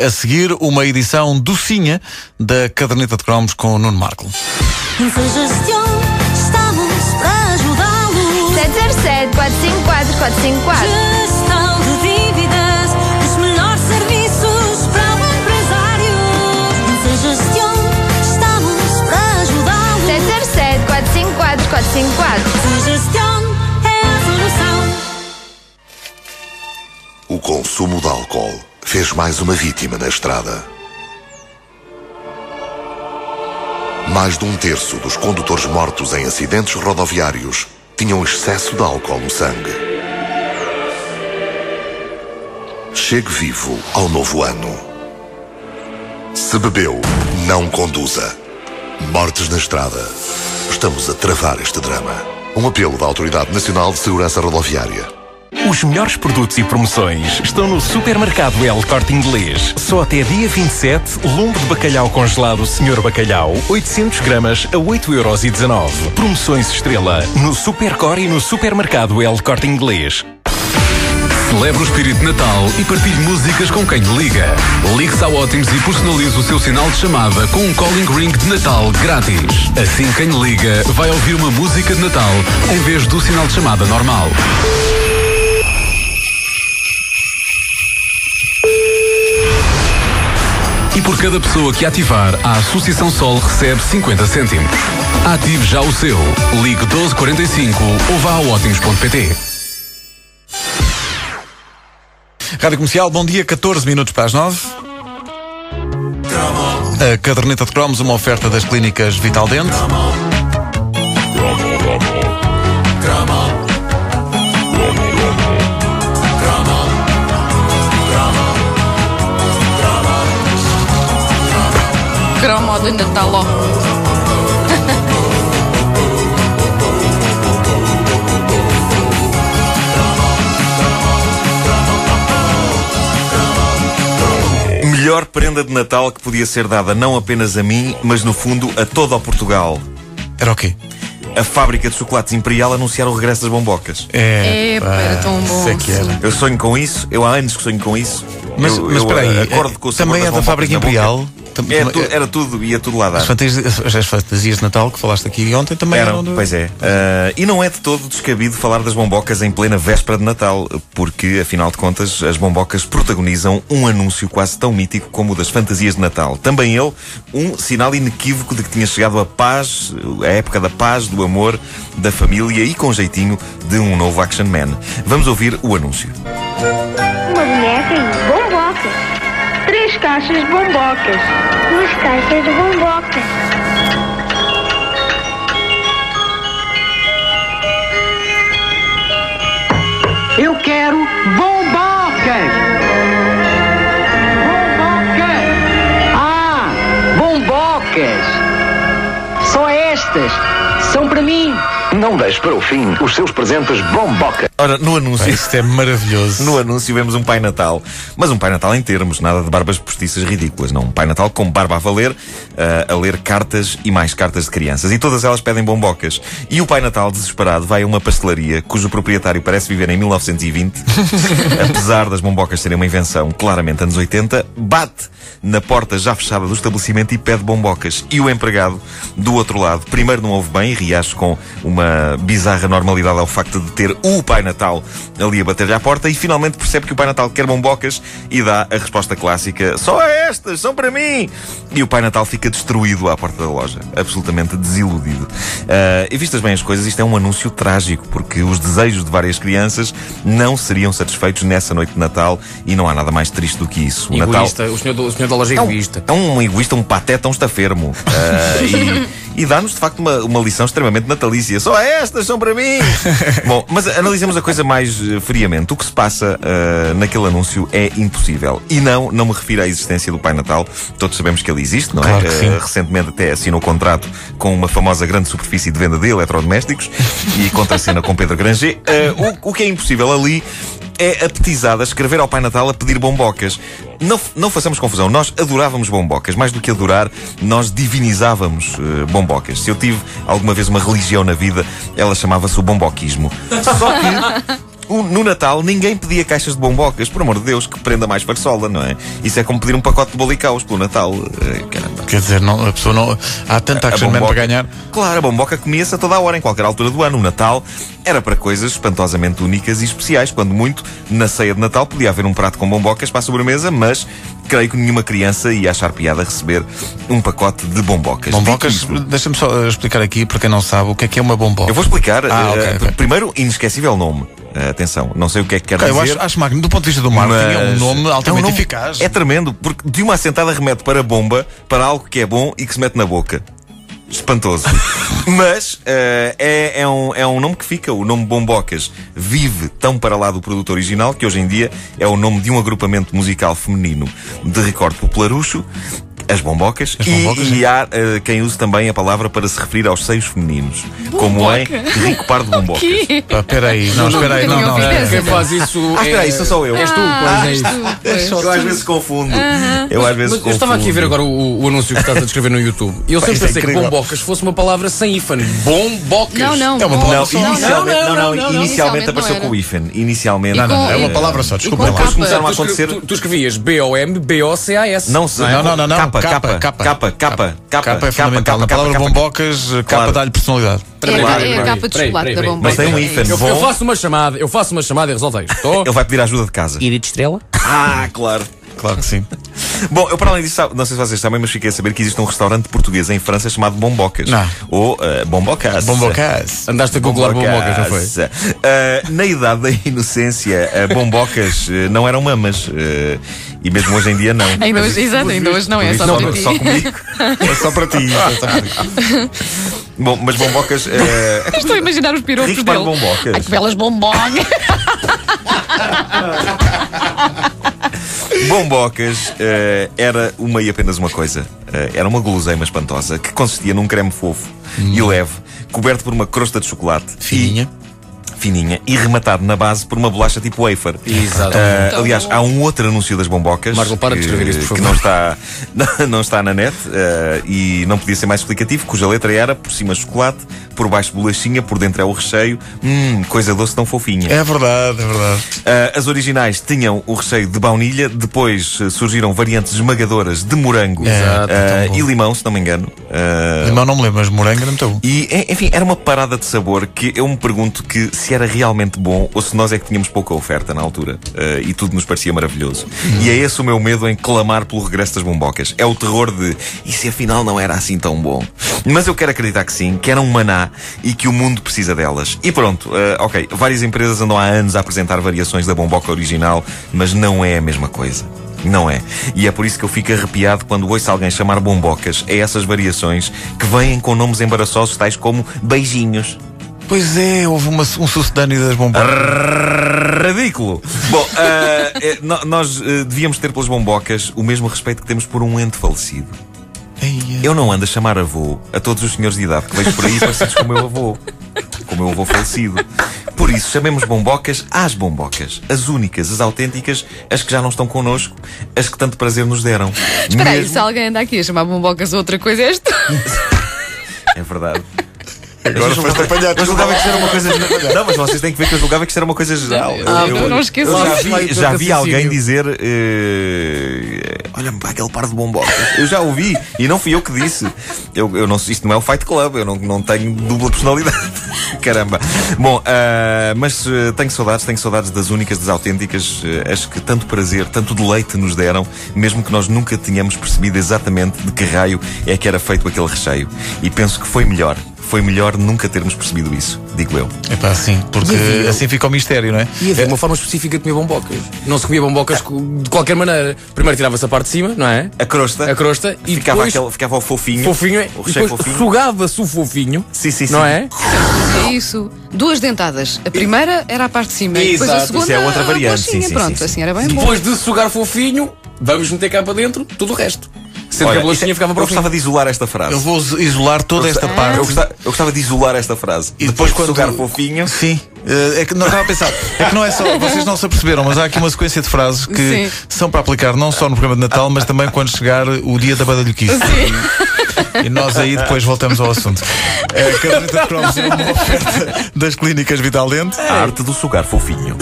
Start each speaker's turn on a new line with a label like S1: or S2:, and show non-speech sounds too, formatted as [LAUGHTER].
S1: A seguir, uma edição docinha da Caderneta de Cromos com o Nuno Marco.
S2: Infogestão, estamos para ajudá-lo.
S3: 707 454 454
S2: Gestão de dívidas, os melhores serviços para o empresário. Infogestão, estamos para ajudá-lo.
S3: 707 454 454
S2: Infogestão é a solução.
S4: O consumo de álcool fez mais uma vítima na estrada. Mais de um terço dos condutores mortos em acidentes rodoviários tinham excesso de álcool no sangue. Chegue vivo ao novo ano. Se bebeu, não conduza. Mortes na estrada. Estamos a travar este drama. Um apelo da Autoridade Nacional de Segurança Rodoviária.
S5: Os melhores produtos e promoções estão no supermercado El Corte Inglês. Só até dia 27, lombo de bacalhau congelado Senhor Bacalhau, 800 gramas a 8,19€. Promoções estrela no Supercore e no supermercado El Corte Inglês.
S6: Celebre o espírito de Natal e partilhe músicas com quem liga. Ligue-se a Ótimos e personalize o seu sinal de chamada com um calling ring de Natal grátis. Assim, quem liga vai ouvir uma música de Natal em vez do sinal de chamada normal. E por cada pessoa que ativar, a Associação Sol recebe 50 cêntimos. Ative já o seu. Ligue 1245 ou vá a ótimos.pt.
S1: Rádio Comercial, bom dia, 14 minutos para as 9. A Caderneta de Cromos, uma oferta das clínicas Vital Dente.
S7: cromo de Natal. ó.
S8: Melhor prenda de Natal que podia ser dada não apenas a mim, mas no fundo a todo o Portugal.
S1: Era o quê?
S8: A fábrica de chocolates Imperial anunciar o regresso das bombocas.
S1: É,
S7: Epá, era tão bom,
S1: Sei que era.
S8: Eu sonho com isso, eu há anos que sonho com isso.
S1: Mas,
S8: eu,
S1: mas
S8: eu,
S1: espera aí,
S8: eh, acordo com o sabor
S1: também
S8: das
S1: é da
S8: bombocas
S1: Fábrica
S8: na boca.
S1: Imperial. Tam-
S8: Era,
S1: tam-
S8: tu, era tudo, ia tudo lá dar.
S1: As fantasias, as fantasias de Natal que falaste aqui ontem também
S8: Eram,
S1: eram. do-
S8: pois é. Ah, e não é de todo descabido falar das bombocas em plena véspera de Natal, porque, afinal de contas, as bombocas protagonizam um anúncio quase tão mítico como o das fantasias de Natal. Também ele, um sinal inequívoco de que tinha chegado a paz, a época da paz, do amor, da família e, com jeitinho, de um novo Action Man. Vamos ouvir o anúncio.
S9: Uma boneca e bombocas. Três caixas de bombocas. Duas caixas de bombocas.
S10: Eu quero bombocas! Bombocas! Ah, bombocas! Só estas são para mim!
S11: Não deixe para o fim os seus presentes bomboca.
S8: Ora, no anúncio.
S1: Isto é maravilhoso.
S8: No anúncio vemos um Pai Natal, mas um Pai Natal em termos, nada de barbas postiças ridículas, não. Um Pai Natal com barba a valer, ah, a ler cartas e mais cartas de crianças. E todas elas pedem bombocas. E o Pai Natal, desesperado, vai a uma pastelaria cujo proprietário parece viver em 1920, apesar das bombocas serem uma invenção claramente anos 80, bate na porta já fechada do estabelecimento e pede bombocas. E o empregado, do outro lado, primeiro não ouve bem e reage com uma bizarra normalidade ao facto de ter o Pai Natal ali a bater-lhe à porta e finalmente percebe que o Pai Natal quer bombocas e dá a resposta clássica: só estas, são para mim! E o Pai Natal fica destruído à porta da loja, absolutamente desiludido. Ah, e vistas bem as coisas, isto é um anúncio trágico, porque os desejos de várias crianças não seriam satisfeitos nessa noite de Natal e não há nada mais triste do que isso. O Natal
S12: Egoísta, o senhor, do- o senhor da loja é
S8: é um-
S12: egoísta.
S8: É um egoísta, um pateta, um estafermo. Ah, e e dá-nos, de facto, uma, uma lição extremamente natalícia. Só estas são para mim! Bom, mas analisemos a coisa mais eh, friamente. O que se passa ah, naquele anúncio é impossível. E não, não me refiro à existência do Pai Natal. Todos sabemos que ele existe, não
S1: Claro
S8: é?
S1: que sim.
S8: Ah, recentemente até assinou um contrato com uma famosa grande superfície de venda de eletrodomésticos e contracena com Pedro Granger. Ah, o, o que é impossível ali é apetizada escrever ao Pai Natal a pedir bombocas. Não, f- não façamos confusão, nós adorávamos bombocas, mais do que adorar, nós divinizávamos eh, bombocas. Se eu tive alguma vez uma religião na vida, ela chamava-se o bomboquismo. Só que o- no Natal ninguém pedia caixas de bombocas, por amor de Deus, que prenda mais farsola, não é? Isso é como pedir um pacote de bolicaus pelo Natal. Eh, Caramba.
S1: Quer dizer, não, a pessoa não. Há tanta action man para ganhar.
S8: Claro, a bomboca comia-se a toda a hora, em qualquer altura do ano. O Natal era para coisas espantosamente únicas e especiais. Quando muito, na ceia de Natal podia haver um prato com bombocas para a sobremesa, mas creio que nenhuma criança ia achar piada receber um pacote de bombocas.
S1: Bombocas,
S8: Dito isto,
S1: deixa-me só eh, explicar aqui para quem não sabe o que é que é uma bomboca.
S8: Eu vou explicar.
S1: Ah,
S8: eh,
S1: ok,
S8: pr- Primeiro, inesquecível nome. Eh, atenção, não sei o que é que quer
S1: Ok, eu
S8: dizer.
S1: acho, acho magno, do ponto de vista do marketing, é um
S8: Mas-
S1: nome altamente
S8: É um nome-
S1: eficaz.
S8: É tremendo, porque de uma assentada remete para bomba, para algo que é bom e que se mete na boca.
S1: [LAUGHS]
S8: Espantoso. Mas eh, é, é um, é um nome que fica, o nome Bombocas. Vive tão para lá do produto original que hoje em dia é o nome de um agrupamento musical feminino de recorde popularucho. As bombocas,
S1: As
S8: e-
S1: bombocas, é.
S8: e, há eh, quem use também a palavra para se referir aos seios femininos, como em
S7: Bomboca?
S8: rico par de bombocas.
S1: Pá, espera aí, não, espera aí, não, não. é-
S12: Quem faz isso.
S8: Ah, espera aí, sou só eu.
S12: És tu,
S8: Ah,
S12: pois é isso.
S7: Pois.
S8: Eu às vezes confundo. Eu às vezes
S12: Mas eu estava aqui a ver agora o, o anúncio que estás a descrever no YouTube. E eu
S8: Pá,
S12: sempre
S8: isso é
S12: pensei que
S8: incrível.
S12: bombocas fosse uma palavra sem ífane. Bombocas.
S7: Não, não.
S1: É uma
S7: bom-
S1: palavra
S8: Não,
S1: só.
S8: inicialmente, não, não,
S7: não, não, não,
S8: inicialmente
S7: inicialmente
S8: apareceu
S7: não era.
S8: com o hífen. Inicialmente.
S7: E Não, não, com-
S1: É uma
S7: e-
S1: palavra só,
S7: e
S1: desculpa
S7: com
S1: lá.
S7: capa.
S8: começaram
S12: Tu,
S8: a
S12: escre-
S8: acontecer.
S12: tu, tu escrevias B-O-M-B-O-C-A-s.
S8: Não, se-
S1: Não, não, não, não.
S8: Capa, capa,
S1: capa.
S8: capa, capa,
S1: Capa é fundamental.
S8: capa,
S1: Na palavra
S8: capa,
S1: bombocas, eh, capa
S8: Claro.
S1: dá-lhe personalidade.
S7: É, a-
S8: Claro,
S7: é a
S8: claro.
S7: capa
S12: Peraí,
S7: de chocolate
S12: peraí,
S7: da
S12: peraí.
S7: bomba.
S8: Mas tem um hífen.
S12: Eu, eu
S8: Bom,
S12: faço uma chamada, eu faço uma chamada e resolve isto.
S8: [LAUGHS]
S12: Estou?
S8: ele vai pedir ajuda de casa.
S12: Irito Estrela?
S8: Ah, claro.
S1: Claro que [LAUGHS] sim.
S8: Bom, eu para além disso, sabe- não sei se vocês sabem, mas fiquei a saber que existe um restaurante português em França chamado Bombocas.
S1: Não.
S8: Ou eh, Bombocas.
S1: Bombocas.
S12: Andaste a googlar bombocas, não foi?
S8: Ah, na idade da inocência, ah, bombocas eh, não eram mamas. eh, e mesmo hoje em dia não.
S7: Ainda hoje, exato, ainda hoje não é só
S8: Só,
S7: para ti.
S8: só comigo. É só para ti. é só para ti. Bom, mas bombocas. eh,
S7: [LAUGHS] Estou a imaginar os piropos
S8: Ricos para
S7: dele.
S8: bombocas.
S7: Ai, que belas bombocas.
S8: bombocas eh, era uma e apenas uma coisa. Eh, era uma guloseima espantosa que consistia num creme fofo e leve, coberto por uma crosta de chocolate.
S1: Fininha.
S8: fininha e rematado na base por uma bolacha tipo wafer.
S12: Exato.
S8: Ah, aliás, há um outro anúncio das bombocas
S12: Marco, para de escrever isso, por
S8: que
S12: favor.
S8: não está, [LAUGHS] não, não está na net ah, e não podia ser mais explicativo, cuja letra era por cima chocolate, por baixo bolachinha, por dentro é o recheio. Hum, coisa doce tão fofinha.
S1: É verdade, é verdade.
S8: Ah, as originais tinham o recheio de baunilha, depois ah, surgiram variantes esmagadoras de morango
S1: Exato,
S8: ah,
S1: tão bom.
S8: e limão, se não me engano. Ah,
S1: Limão não me lembro, É. mas morango era muito bom.
S8: e, en- enfim, era uma parada de sabor que eu me pergunto que se era realmente bom ou se nós é que tínhamos pouca oferta na altura eh, e tudo nos parecia maravilhoso. E é esse o meu medo em clamar pelo regresso das bombocas. É o terror de e se afinal não era assim tão bom. Mas eu quero acreditar que sim, que era um maná e que o mundo precisa delas. E pronto, eh, ok, várias empresas andam há anos a apresentar variações da bomboca original, mas não é a mesma coisa. Não é. E é por isso que eu fico arrepiado quando ouço alguém chamar bombocas a essas variações que vêm com nomes embaraçosos tais como beijinhos.
S1: Pois é, houve uma- um sucedâneo das bombocas.
S8: Ridículo! Bom, [LAUGHS] ah, eh, no- nós eh, devíamos ter pelas bombocas o mesmo respeito que temos por um ente falecido.
S1: Eia.
S8: Eu não ando a chamar avô a todos os senhores de idade que vejo por aí parecidos com o meu avô. Com o meu avô falecido. Por isso, chamemos bombocas às bombocas. As únicas, as autênticas, as que já não estão connosco, as que tanto prazer nos deram.
S7: Espera aí,
S8: Mesmo-
S7: se alguém anda aqui a chamar bombocas ou outra coisa, és tu.
S8: É verdade.
S1: Agora
S8: Mas eu
S1: foste
S8: julgava-
S1: apanhado.
S8: Eu julgava que isto era uma coisa geral. Não, mas vocês têm que ver que eu julgava que isto era uma
S1: Ah,
S8: coisa geral.
S7: eu- eu não esqueço
S8: eu já
S7: disso.
S8: vi, já vi
S12: Raciocínio.
S8: alguém dizer. eh, Olha-me para aquele par de bombocas. Eu já ouvi e não fui eu que disse. Eu, eu não, isto não é o Fight Club, eu não, não tenho dupla personalidade. [LAUGHS] Caramba. Bom, ah, mas eh, tenho saudades, tenho saudades das únicas, das autênticas, eh, as que tanto prazer, tanto deleite nos deram, mesmo que nós nunca tenhamos percebido exatamente de que raio é que era feito aquele recheio. E penso que foi melhor. Foi melhor nunca termos percebido isso, digo eu.
S1: É pá, sim, porque
S12: havia-
S1: assim fica o mistério, não é?
S12: E havia uma forma específica de comer bombocas. Não se comia bombocas co- de qualquer maneira. Primeiro tirava-se a parte de cima, não é?
S8: A crosta.
S12: A crosta e
S8: ficava,
S12: depois-
S8: aquele- ficava o fofinho.
S12: Fofinho,
S8: O
S12: e
S8: recheio
S12: depois
S8: fofinho.
S12: sugava-se o fofinho.
S8: Sim, sim, sim.
S12: Não é?
S7: É isso. Duas dentadas. A primeira era a parte de cima. E depois a
S12: Exato.
S7: segunda.
S8: Isso é outra
S7: a
S8: variante,
S7: bolachinha.
S8: sim, sim,
S7: Pronto,
S8: sim, sim.
S7: assim era bem bom.
S12: Depois de sugar fofinho, vamos meter cá para dentro tudo o resto. Sendo que
S8: Olha,
S12: a bolachinha
S8: isto é-
S12: ficava para
S8: eu
S12: o fim.
S8: gostava de isolar esta frase.
S1: Eu vou isolar toda esta parte.
S8: Eu gostava, eu gostava de isolar esta frase.
S1: E
S8: depois
S1: depois
S8: de
S1: quando-
S8: sugar fofinho.
S1: Sim. Eh, É que não estava a pensar. É que não é só. Vocês não se aperceberam, mas há aqui uma sequência de frases que
S7: Sim.
S1: são para aplicar não só no programa de Natal, mas também quando chegar o dia da badalhoquice.
S7: Sim.
S1: E nós aí depois voltamos ao assunto. A caderneta de cromos é uma oferta das clínicas Vital Dente.
S8: A arte do sugar fofinho.